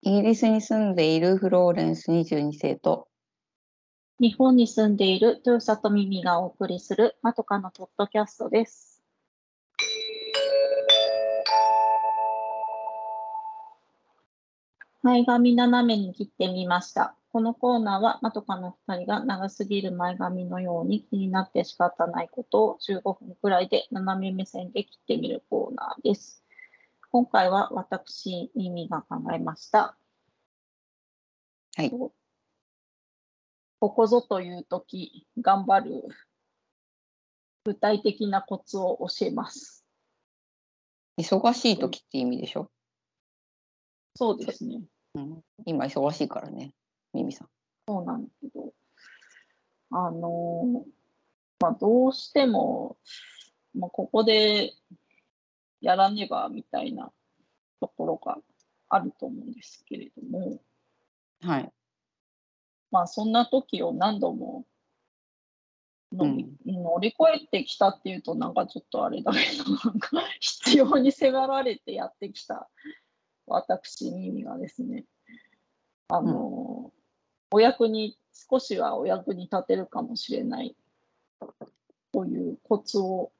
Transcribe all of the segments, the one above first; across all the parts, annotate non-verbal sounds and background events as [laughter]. イギリスに住んでいるフローレンス22世と、日本に住んでいる豊里耳がお送りするまとかのポッドキャストです。前髪斜めに切ってみました。このコーナーはまとかの2人が長すぎる前髪のように気になって仕方ないことを15分くらいで斜め目線で切ってみるコーナーです。今回は私、耳が考えました。はいここぞという時、頑張る具体的なコツを教えます。忙しい時って意味でしょ、そうですね。うん、今忙しいからね、ミミさん。そうなんだけど、あの、まあ、どうしても、まあ、ここでやらねばみたいなところがあると思うんですけれども、はい。まあ、そんな時を何度も乗り,、乗り越えてきたっていうとなんかちょっとあれだけどなんか必要に迫られてやってきた私耳がですねあの、お役に少しはお役に立てるかもしれないというコツを、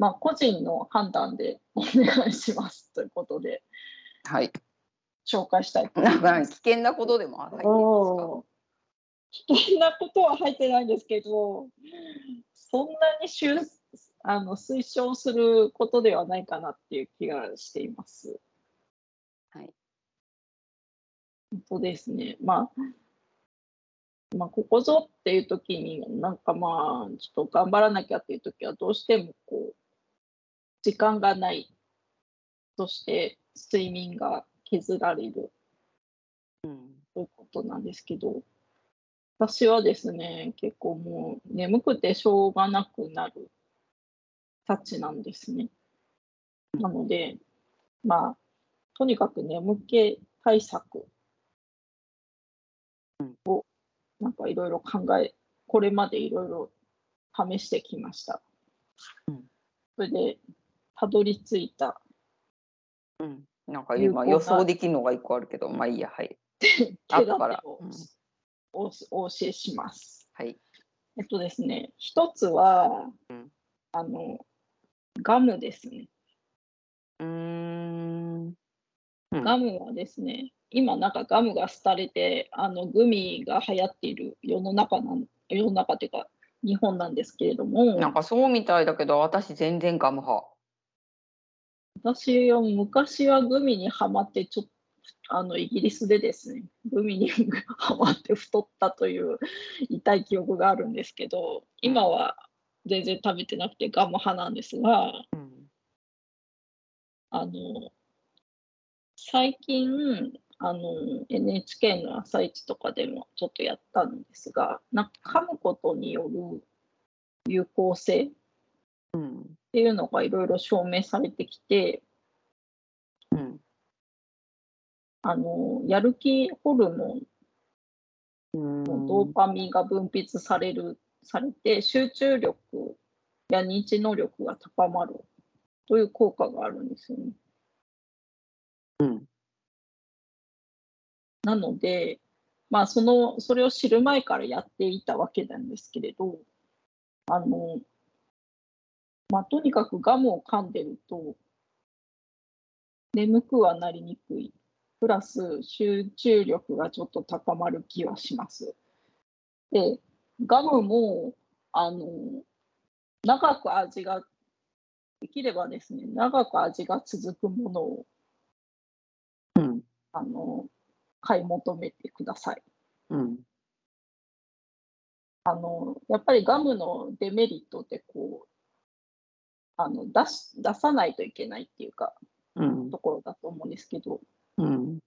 まあ、個人の判断でお願いしますということではい。 [laughs] 紹介したいと思いなんまかす。危険なことでも入ってるんですかお危険なことは入ってないんですけど、そんなにしゅあの推奨することではないかなっていう気がしています。はい。本当ですね。まあ、まあ、ここぞっていう時に、なんかまあ、ちょっと頑張らなきゃっていう時は、どうしてもこう、時間がない。そして、睡眠が削られる。うん。ということなんですけど、私はですね、結構もう眠くてしょうがなくなるたちなんですね。なので、まあ、とにかく眠気対策うんを、なんかいろいろ考え、これまでいろいろ試してきましたうん。それで、たどり着いたうん。なんか有効今な予想できるのが一個あるけど、まあいいや、はい。あ手っ立たからてをうんおお教えします。はい。えっとですね、一つは、うんあの、ガムですね。うーん。うんガムはですね、今なんかガムが廃れて、あの、グミが流行っている世の中なん、世の中というか、日本なんですけれども、なんかそうみたいだけど、私全然ガム派。私は昔はグミにはまって、ちょっと、あのイギリスでですね、グミにはまって太ったという痛い記憶があるんですけど、今は全然食べてなくてガム派なんですが、うん。あの、最近、あの、NHK の朝市とかでもちょっとやったんですが、なんか噛むことによる有効性っうん。ていうのがいろいろ証明されてきて、うん。あの、やる気ホルモうンのドーんパミンが分泌される、されて、集中力や認知能力が高まるという効果があるんですよね。うん。なので、まあ、その、それを知る前からやっていたわけなんですけれど、あの、まあ、とにかくガムを噛んでると、眠くはなりにくい。プラス、集中力がちょっと高まる気はします。で、ガムも、あの、長く味が、できればですね、長く味が続くものを、うん。あの、買い求めてください。うん。あのやっぱりガムのデメリットってこうあの出し出さないといけないっていうかうん。ところだと思うんですけどうん。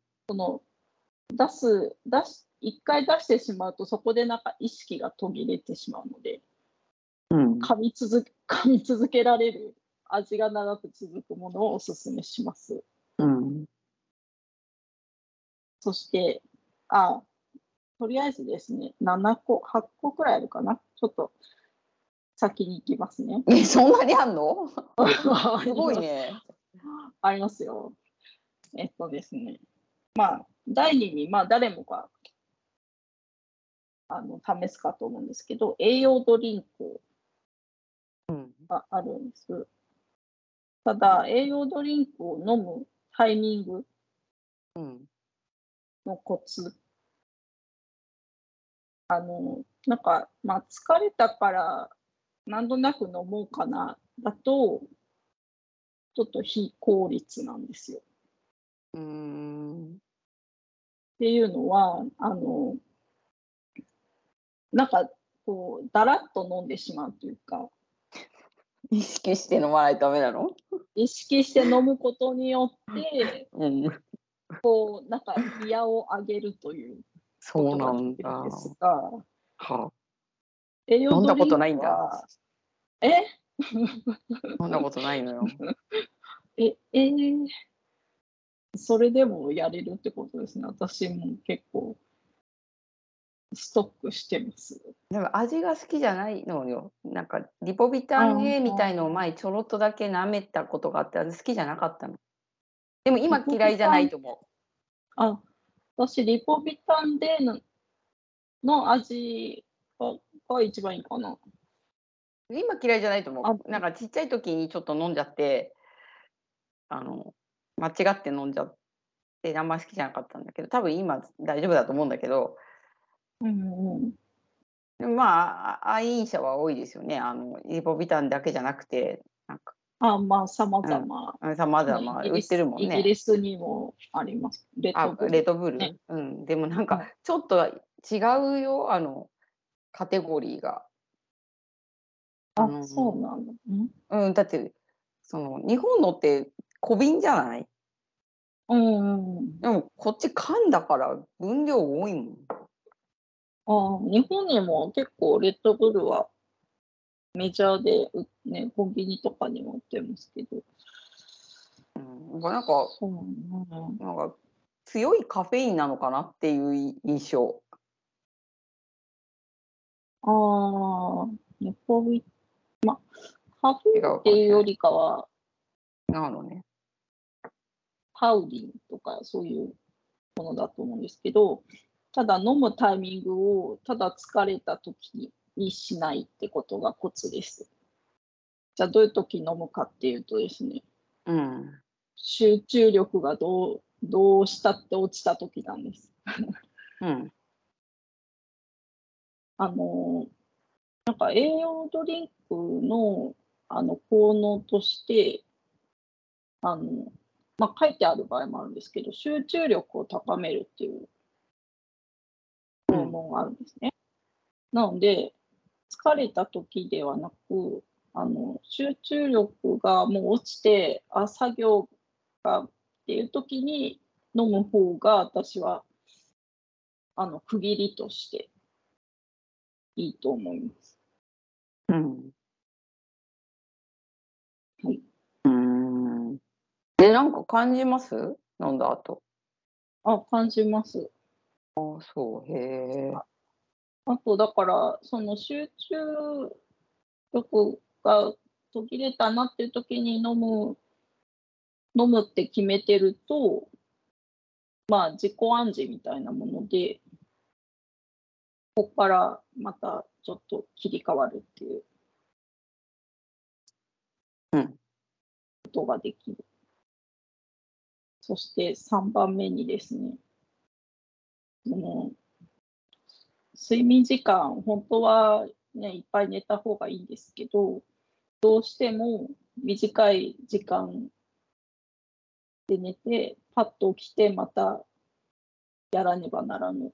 出す出し一回出してしまうとそこでなんか意識が途切れてしまうのでうん。噛み続け噛み続けられる味が長く続くものをおすすめします。うん。。そして、あ、とりあえずですね、7個、8個くらいあるかな。ちょっと先に行きますね [laughs] え、そんなにあんのす [laughs] すごいね。ありますよ。えっとですね。まあ、第二に、まあ、誰もがあの試すかと思うんですけど、栄養ドリンクうん。があるんです。ただ、栄養ドリンクを飲むタイミングうん。のコツ。あの、なんか、まあ、疲れたから、なんとなく飲もうかな、だと、ちょっと非効率なんですよ。うーん。っていうのは、あの、なんか、こう、だらっと飲んでしまうというか、意識して飲まないとダメなの意識して飲むことによって、うん。こう、なんか、ギアを上げるというこそうとながでんきだ。るんではすが、あ。栄養飲んドだリこンクとないんはだ。え飲んだことないのよ。え、えーそれでもやれるってことですね。私も結構、ストックしてます。 [laughs] でも味が好きじゃないのよ。なんかリポビタン A あーみたいのを前ちょろっとだけ舐めたことがあって、あれ好きじゃなかったの。でも今リポビタ嫌ンいじゃないと思あ、私、リポビタン D のの味がが一番いいかな。う。今嫌いじゃないと思う。あなんかちっちゃい時にちょっと飲んじゃって、あの、間違って飲んじゃって、あんま好きじゃなかったんだけど、多分今大丈夫だと思うんだけど、うんうん。でもまあ、あ愛飲者は多いですよね。あの、リポビタンだけじゃなくて、なんか、あ、まあ、様々。さまざまイギ売リっスてるもんね。イギリスにもあります。レッドあブルレッドブル、ねうん、でもなんうんかちょっと違うよあのカテゴリーが。あ、のそうなの。うんうん、だってその日本のって小瓶じゃないうんうん。でもこっち缶だから分量多いもん。あ日本にも結構レッドブルはメジャーでう、ね、コンビニとかにも売ってますけど。うん、なんかそうなの。なんか強いカフェインなのかなっていうい印象。ああ、レポビ、ま、カフ違うかェもっていうよりかは、なのね。パウリンとかそういうものだと思うんですけど、ただ飲むタイミングをただ疲れた時にしないってことがコツです。じゃあどういう時飲むかっていうとですね、うん。集中力がどう、どうしたって落ちた時なんです。うん。あの、なんか栄養ドリンクの、あの、効能として、あの、まあ、書いてある場合もあるんですけど、集中力を高めるっていうう効ん能があるんですね。なので、疲れた時ではなく、あの、集中力がもう落ちて、あ、作業がっていう時に飲む方が、私は、あの、区切りとしていいと思います。うん。はい。うん。で、なんか感じます飲んだ後。あ、感じます。あ、そう。へえ。あと、だから、その集中力が途切れたなっていう時に飲む、飲むって決めてると、まあ、自己暗示みたいなもので、ここからまたちょっと切り替わるっていう。うんことができる。そして3番目にですね、その睡眠時間、本当は、ね、いっぱい寝た方がいいんですけど、どうしても短い時間で寝て、パッと起きて、またやらねばならぬ、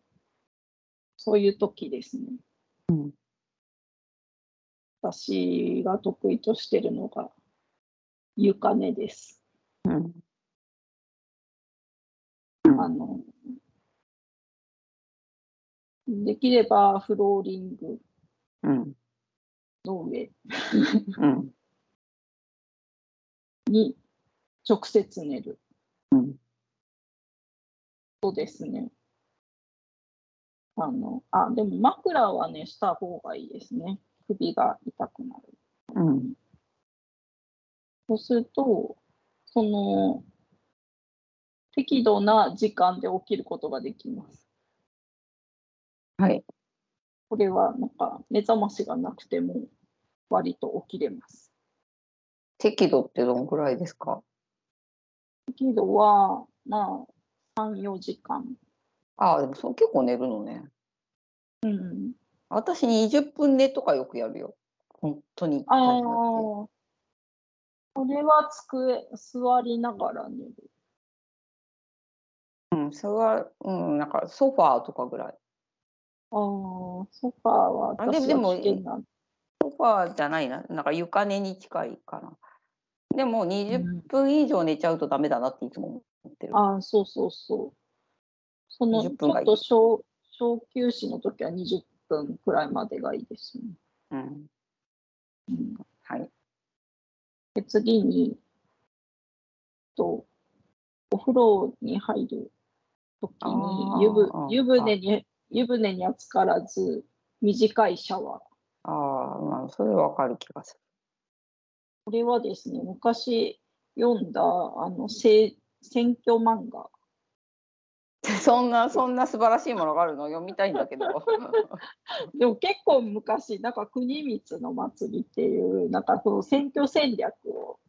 そういう時ですね。うん私が得意としてるのが、床寝です。うん。あの、できればフローリングうん。の上、うん。直接寝る。うんそうですね。あの、あ、でも枕はね、した方がいいですね。首が痛くなる。うん。そうすると、その、適度な時間で起きることができます。はい。これはなんか目覚ましがなくても割と起きれます。適度ってどのくらいですか適度はまあ3、4時間。ああ、でもそう結構寝るのね。うん、私20分寝とかよくやるよ。本当に。ああ、これは机、座りながら寝る。うん、それは、うん、なんかソファーとかぐらい。ああ、ソファーはあで私でもは危険な。ソファーじゃないな、なんか床寝に近いかな。でも20分以上寝ちゃうとダメだなっていつも思ってる。ああ、そうそうそう。その、 20ち分ょがいっいと小小休止の時は20分くらいまでがいいですね。うん、うんはい。で次に、と、お風呂に入るときあーに湯ぶあー湯船に、湯船に浸からず、短いシャワー。ああ、まあ、それわかる気がすこれはですね、昔読んだ、あの、せ選挙漫画。る。 [laughs] そんな、そんな素晴らしいものがあるの読みたいんだ [laughs] けど。でも結構昔、なんか国光の祭りっていう、なんかその選挙戦略を、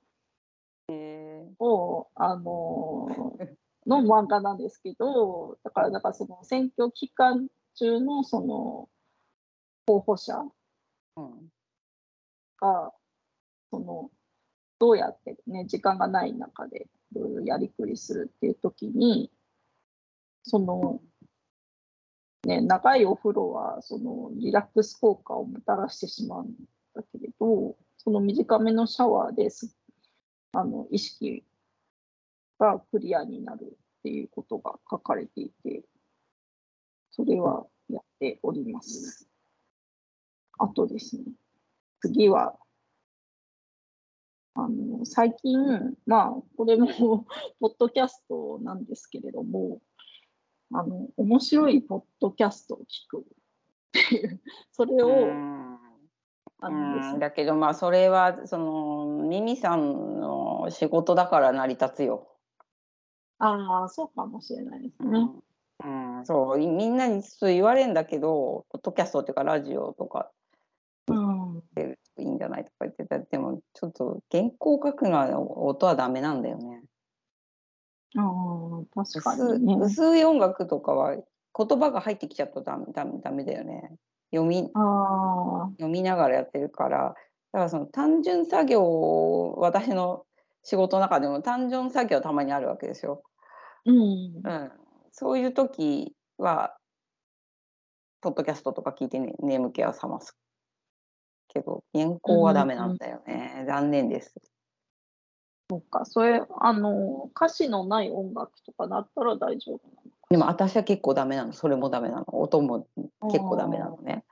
をあのーの漫画なんですけど、だから、だからその選挙期間中のその候補者うん、が、そのどうやってね、時間がない中でいろいろやりくりするっていう時に、その、ね、長いお風呂はそのリラックス効果をもたらしてしまうんだけれど、その短めのシャワーですあの意識がクリアになるっていうことが書かれていて、それはやっております。あとですね、次は、あの、最近、まあ、これも、 [laughs] ポッドキャストなんですけれども、あの、面白いポッドキャストを聞くっていう、それを、あのですうん、ね、だけどまあそれはそのミミさんの仕事だから成り立つよ。ああ、そうかもしれないですうね。んそういみんなにちょっと言われんだけどポッドキャストっていうかラジオとかうん。いいんじゃないとか言ってたでもちょっと原稿書くのは音はダメなんだよね。ああ、確か薄にね。薄い音楽とかは言葉が入ってきちゃうとダメダメダメだよね。読みあ読みながらやってるからだからその単純作業を私の仕事の中でも単純作業たまにあるわけですよ。あ、うんう。ん、そういう時はポッドキャストとか聞いて、ね、眠気は覚ますけど原稿はダメなんだよね、残念です。そっか、それ、あの、歌詞のない音楽とかだったら大丈夫なでも私は結構ダメなのそれもダメなの音もの結構ダメなの。ね。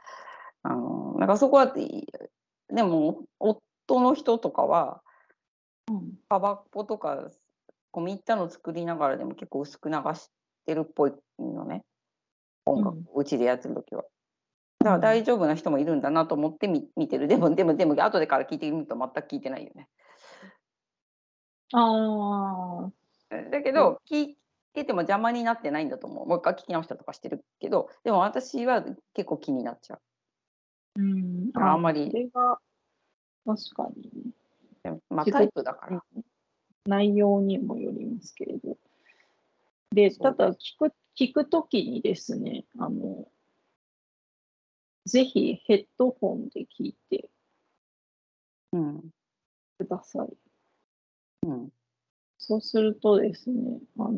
あのなんかそこはいいでも夫の人とかはあーうん。タバコとか込み入ったの作りながらでも結構薄く流してるっぽいのね音楽うんうち、でやってる時は。だから大丈夫な人もいるんだなと思ってみ見てるでもでもでも後でから聞いてみると全く聞いてないよね。ああ、だけど、聞いてても邪魔になってないんだと思うもう一回聞き直したとかしてるけどでも私は結構気になっちゃう。うん。あんままり。りそれが、確かにね、でもまあ仕事タイプだから。内容にもよりますけれど。で、そうただ、聞く、聞くときにですね、あの、ぜひヘッドホンで聞いてうんください。うんそうするとですね、あの、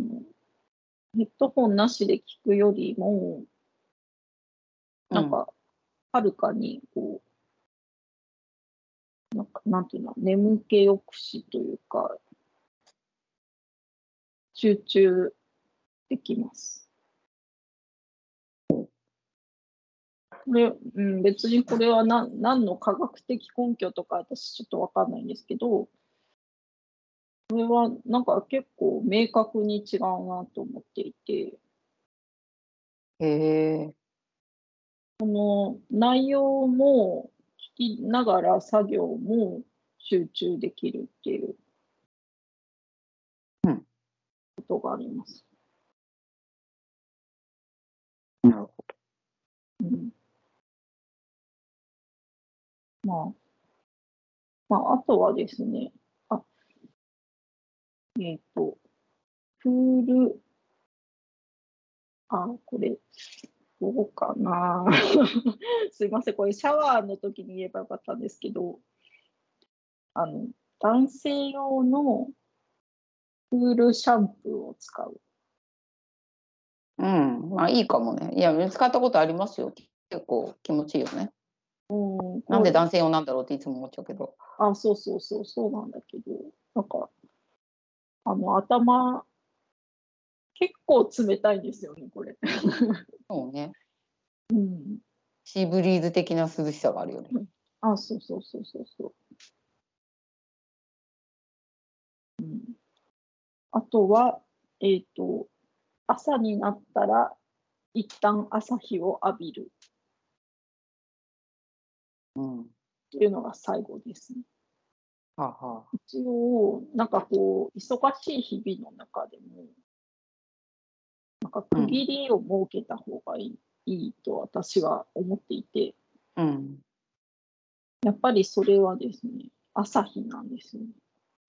ヘッドホンなしで聞くよりも、なんか、はるかに、こう、なんか、なんていうの、眠気抑止というか、集中できます。これ、うん、別にこれは何何の科学的根拠とか私ちょっとわかんないんですけど、これはなんか結構明確に違うなと思っていて、へえこの内容も聞きながら作業も集中できるっていううこんとことがあります。なるほど。うんまあ、まあ、あとはですね、あ、えっ、と、プール、あ、これ、どうかな。 [laughs] すいません、これシャワーの時に言えばよかったんですけど、あの、男性用のプールシャンプーを使う。うん、まあいいかもね。いや、使ったことありますよ。結構気持ちいいよね。うん、なんで男性用なんだろうっていつも思っちゃうけど。あ、そうそうそう、そうなんだけど、なんか、あの、頭、結構冷たいんですよね、これ。そうね。うん。シーブリーズ的な涼しさがあるよね。あ、そうそうそうそうそう。うん。あとは、えっと、朝になったら、一旦朝日を浴びるうん。っていうのが最後ですね。はあはあ。一応、なんかこう、忙しい日々の中でも、なんか区切りを設けた方がいい,、いいと私は思っていて、うん。やっぱりそれはですね、朝日なんですよね。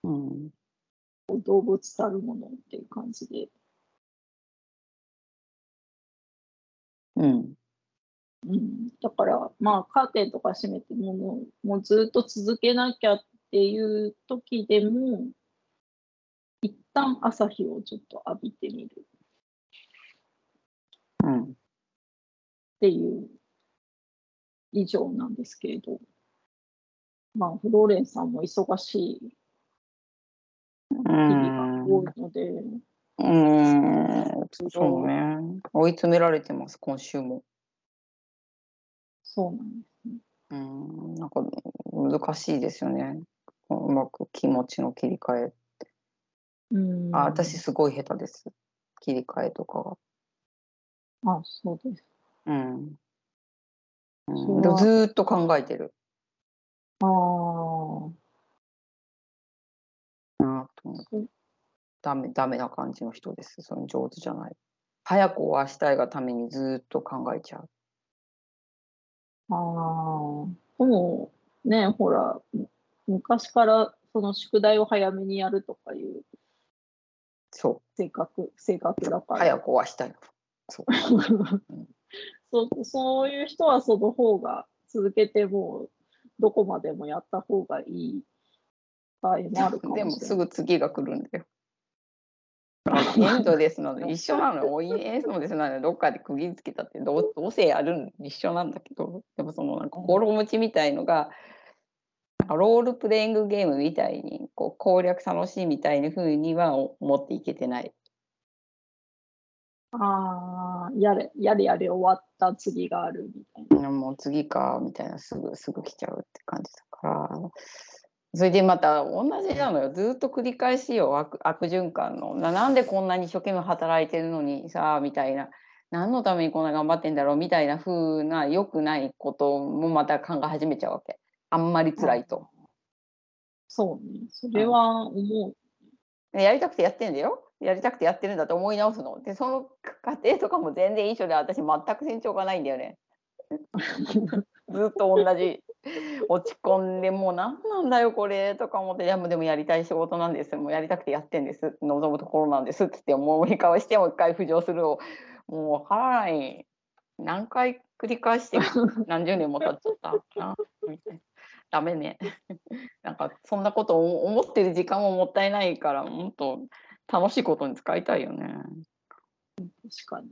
うん。こう動物たるものっていう感じで。うん。うん、だから、まあ、カーテンとか閉めてももう、もうずっと続けなきゃっていう時でも、一旦朝日をちょっと浴びてみるっうん。ていう以上なんですけれど、まあ、フローレンさんも忙しい日々が多いので、うん。そうね。追い詰められてます、今週も。そうなんです。うん。なんか難しいですよね。うまく気持ちの切り替え。うんあ、私すごい下手です。切り替えとかが。あ、そうです。うん。そううん、でもずーっと考えてるああ。なと思うそうダメダメな感じの人ですその上手じゃない早く終わしたいがためにずーっと考えちゃうああ、でもね、ほら、む昔からその宿題を早めにやるとかいうそ性格、性格だうから、早く終わしたいのそう [laughs] そ、そういう人はその方が続けてもどこまでもやった方がいい場合もあるかもでもしれすない。ぐ次が来るんだ [laughs] よエンドレスなの一緒なのよおいエンドレスなのよどっかで区切りつけたってどうどうせやるの一緒なんだけどでもそのなんか心持ちみたいのがなんかロールプレイングゲームみたいにこう攻略楽しいみたいな風には思っていけてないああ、やれ、やれやれ終わった次があるみたいな。いやもう次かみたいなすぐすぐ来ちゃうって感じだからそれでまた同じなのよずっと繰り返しよ悪悪循環のななんでこんなに一生懸命働いてるのにさみたいな何のためにこんな頑張ってんだろうみたいな風な良くないこともまた考え始めちゃうわけあんまり辛いと。そうね、それは思う。でやりたくてやってんだよやりたくてやってるんだと思い直すのでその過程とかも全然一緒で私全く成長がないんだよね。ずっと同じ落ち込んでもう何なんだよこれとか思っていやもうでもやりたい仕事なんですもうやりたくてやってんです望むところなんですっつってもう折り返してもう一回浮上するをもう分からない何回繰り返して何十年も経っちゃったのかなみたいなダメねなんかそんなことを思ってる時間ももったいないからもっと楽しいことに使いたいよね。確かに。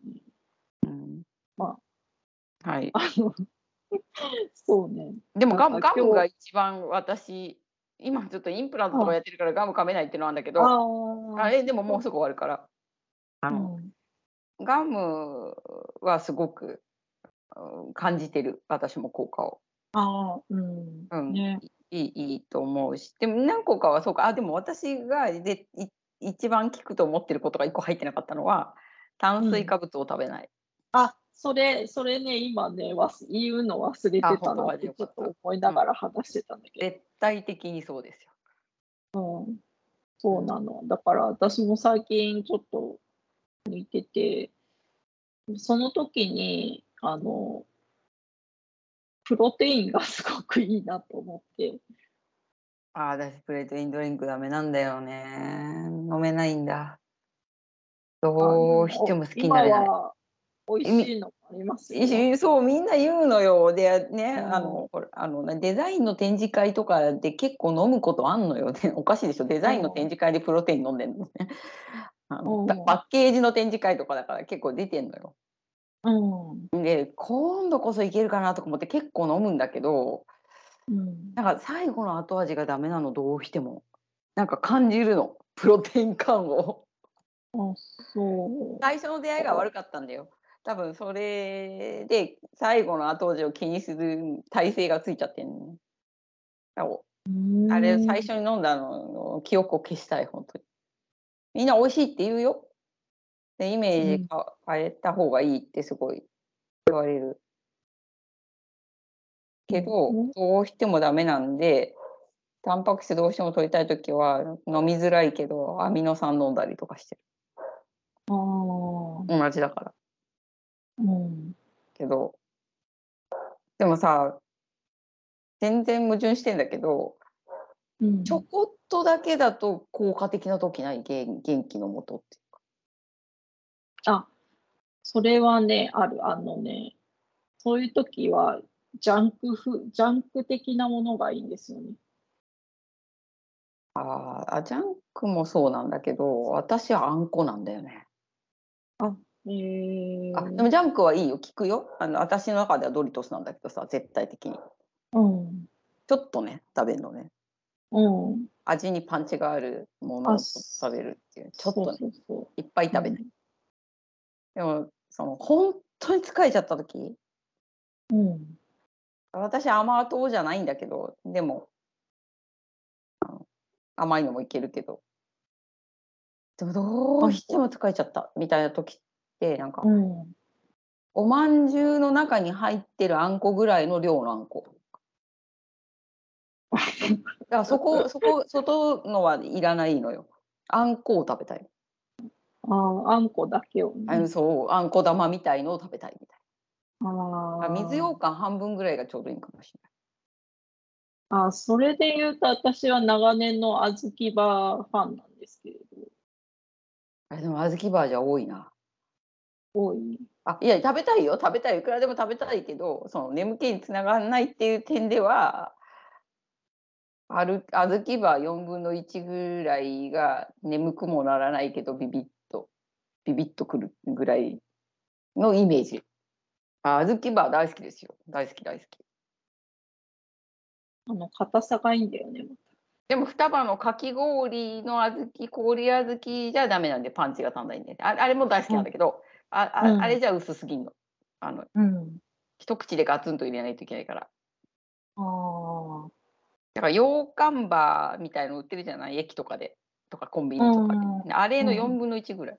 うんまはい、そうね。でもガムなんかガ今日ムが一番私今ちょっとインプラントとかやってるからガム噛めないっていうのなんだけあどああれでももうすぐ終わるからあうのんガムはすごくうん感じてる私も効果をああ、うん。うんね。いいいいと思うしでも何個かはそうかあでも私がでい一番効くと思ってることが一個入ってなかったのは炭水化物を食べない、あ、それ、それね、今ね、わす言うの忘れてあた本当なはって、ちよかょっったと思いながら話してたんだけ絶対的にそうですよど。うんそうなの。だから私も最近ちょっと抜いてて、その時に、あの、プロテインがすごくいいなと思って、ああ、私プレートインドリンクダメなんだよね。飲めないんだ。どうしても好きになれない今。は美味しいのもありますよねい [laughs] そうみんな言うのよでね、うんあのこれあのねデザインの展示会とかで結構飲むことあんのよ、ね、お [laughs] かしいでしょデザインの展示会でプロテイン飲んでんのね [laughs] あのだうんパッケージの展示会とかだから結構出てんのようん。で今度こそいけるかなとか思って結構飲むんだけどうんなんか最後の後味がダメなのどうしてもなんか感じるのプロテイン感をあ、そう。最初の出会いが悪かったんだよ多分それで最後の後味を気にする体勢がついちゃってんのねだからあれうん最初に飲んだのの記憶を消したい本当にみんな美味しいって言うよでイメージか変えた方がいいってすごい言われるけどうんどうしてもダメなんでタンパク質どうしても取りたい時は飲みづらいけどアミノ酸飲んだりとかしてるあー同じだからうん。けどでもさ全然矛盾してんだけどうんちょこっとだけだと効果的な時ない元元気のもとってあ、それはね、ある。あのね、そういう時は、ジャンクフ、ジャンク的なものがいいんですよね。あーあジャンクもそうなんだけど私はあんこなんだよねえー、あでもジャンクはいいよ聞くよあの私の中ではドリトスなんだけどさ絶対的にうん。ちょっとね食べるのねうん。味にパンチがあるものをあ食べるっていうちょっとねそうそういっぱいそう食べない、でもその本当に疲れちゃった時うん。私甘党じゃないんだけどでもあの甘いのもいけるけどでもどうしても疲れちゃったみたいな時ってなんかうん。おまんじゅうの中に入ってるあんこぐらいの量のあん [laughs] こだからそこそこ外のはいらないのよあんこを食べたいああ、あんこだけをね。あのそうあんこ玉みたいのを食べたいみたいあなあだから水羊羹半分ぐらいがちょうどいいかもしれないあ、それで言うと、私は長年の小豆バーファンなんですけれど、あでも小豆バーじゃ多いな多い。あいや食べたいよ食べたいいくらでも食べたいけどその眠気につながらないっていう点ではある小豆は4分の1ぐらいが眠くもならないけどビビッとビビッとくるぐらいのイメージあ小豆バー大好きですよ大好き大好きあの、硬さがいいんだよね。でも双葉のかき氷の小豆氷小豆じゃダメなんでパンチが足んないんでああれも大好きなんだけど、ああうんあれじゃ薄すぎんのあのうん。一口でガツンと入れないといけないからあだから羊羹バーみたいの売ってるじゃない駅とかでとかコンビニとかうであれのうん4分の1ぐらい、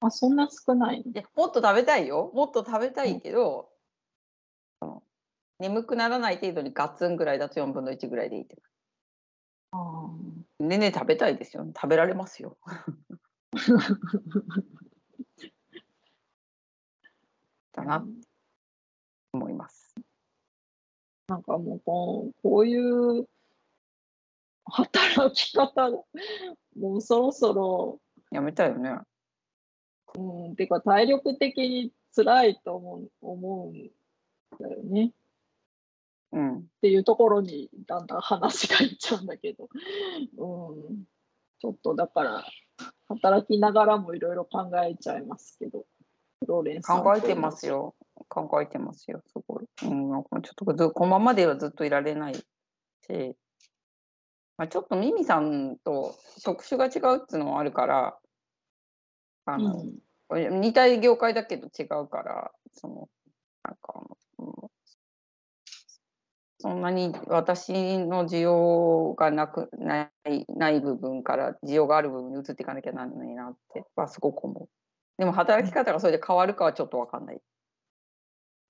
あ。あ、そんな少ないのでもっと食べたいよもっと食べたいけど、眠くならない程度にガツンぐらいだと4分の1ぐらいでいいってあーねね食べたいですよ食べられます [laughs] よだなと思いますなんかもうこう、こういう働き方が、もうそろそろ、やめたいよねうん、てか体力的に辛いと思う思うんだよね。うんっていうところにだんだん話がいっちゃうんだけど、うん、ちょっとだから働きながらもいろいろ考えちゃいますけどフローレンスさん考えてますよ考えてますよすごい、うん、なんかちょっとずこのままではずっといられないし、まあ、ちょっとミミさんと職種が違うっていうのもあるからあうの、ん似た業界だけど違うからそのなんか、うんそんなに私の需要がなくないない部分から需要がある部分に移っていかなきゃならないなってはすごく思う。でも働き方がそれで変わるかはちょっと分かんない。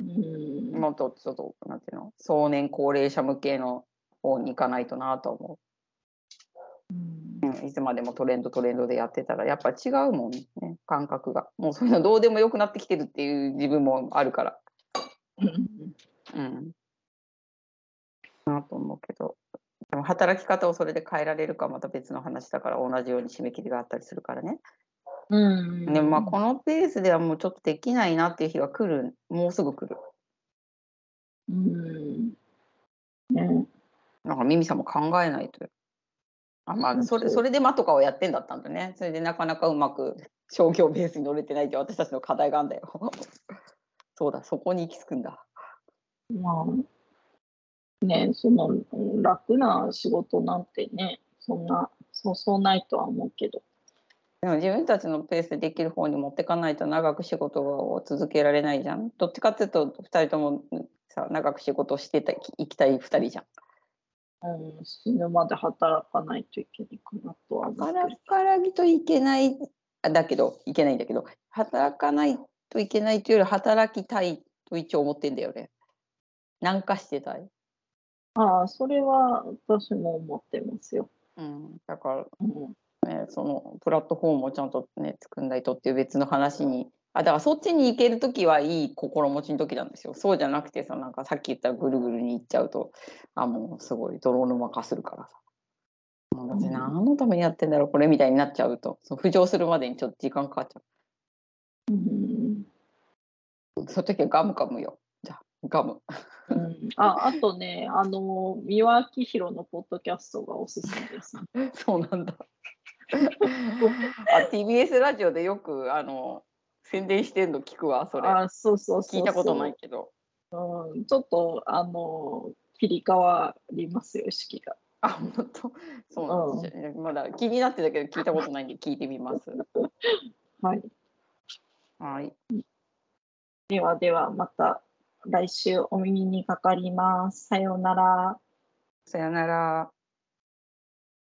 うんもっとちょっとなんていうの壮年高齢者向けの方に行かないとなとは思うんうん、いつまでもトレンドトレンドでやってたらやっぱ違うもんね感覚がもうそういうのどうでもよくなってきてるっていう自分もあるからうんうんなと思うけどでも働き方をそれで変えられるかはまた別の話だから同じように締め切りがあったりするからねうんでもまあこのペースではもうちょっとできないなっていう日が来るもうすぐ来るうんねなんかミミさんも考えないとあまあうんそれそうそれで間とかをやってんだったんだねそれでなかなかうまく商業ベースに乗れてないって私たちの課題があんだよ [laughs] そうだそこに行き着くんだまあねその楽な仕事なんてねそんなそうそうないとは思うけどでも自分たちのペースでできる方に持ってかないと長く仕事を続けられないじゃんどっちかっていうと2人ともさ長く仕事をしてたいきたい2人じゃんうん、死ぬまで働かないといけないかなとは思うけど働かないといけないあだけどいけないんだけど働かないといけないというより働きたいと一応思ってんだよね。なんかしてたい。ああ、それは私も思ってますよ。うん、だかうん、ら、ね、そのプラットフォームをちゃんとね作んないとっていう別の話にあだからそっちに行ける時はいい心持ちの時なんですよそうじゃなくてさなんかさっき言ったぐるぐるに行っちゃうとあもうすごい泥沼化するからさ。もう私うん何のためにやってんだろうこれみたいになっちゃうとその浮上するまでにちょっと時間かかっちゃう。うん、その時はガムかむよ。じゃあ、ガム。 [laughs] うんあ、あとね、あの、三輪明宏のポッドキャストがおすすめ [laughs] です。そうなんだ。あ、TBS ラジオでよく、あの、宣伝してんの聞くわ、それ。あ、そうそうそうそう。聞いたことない。けど。うん、ちょっと、あの、切り替わりますよ、意識が。あ、本当。そうなんですよ。まだ気になってたけど、聞いたことないんで、聞いてみます。はい。はい。ではでは、また来週お耳にかかります。さようなら。さよなら。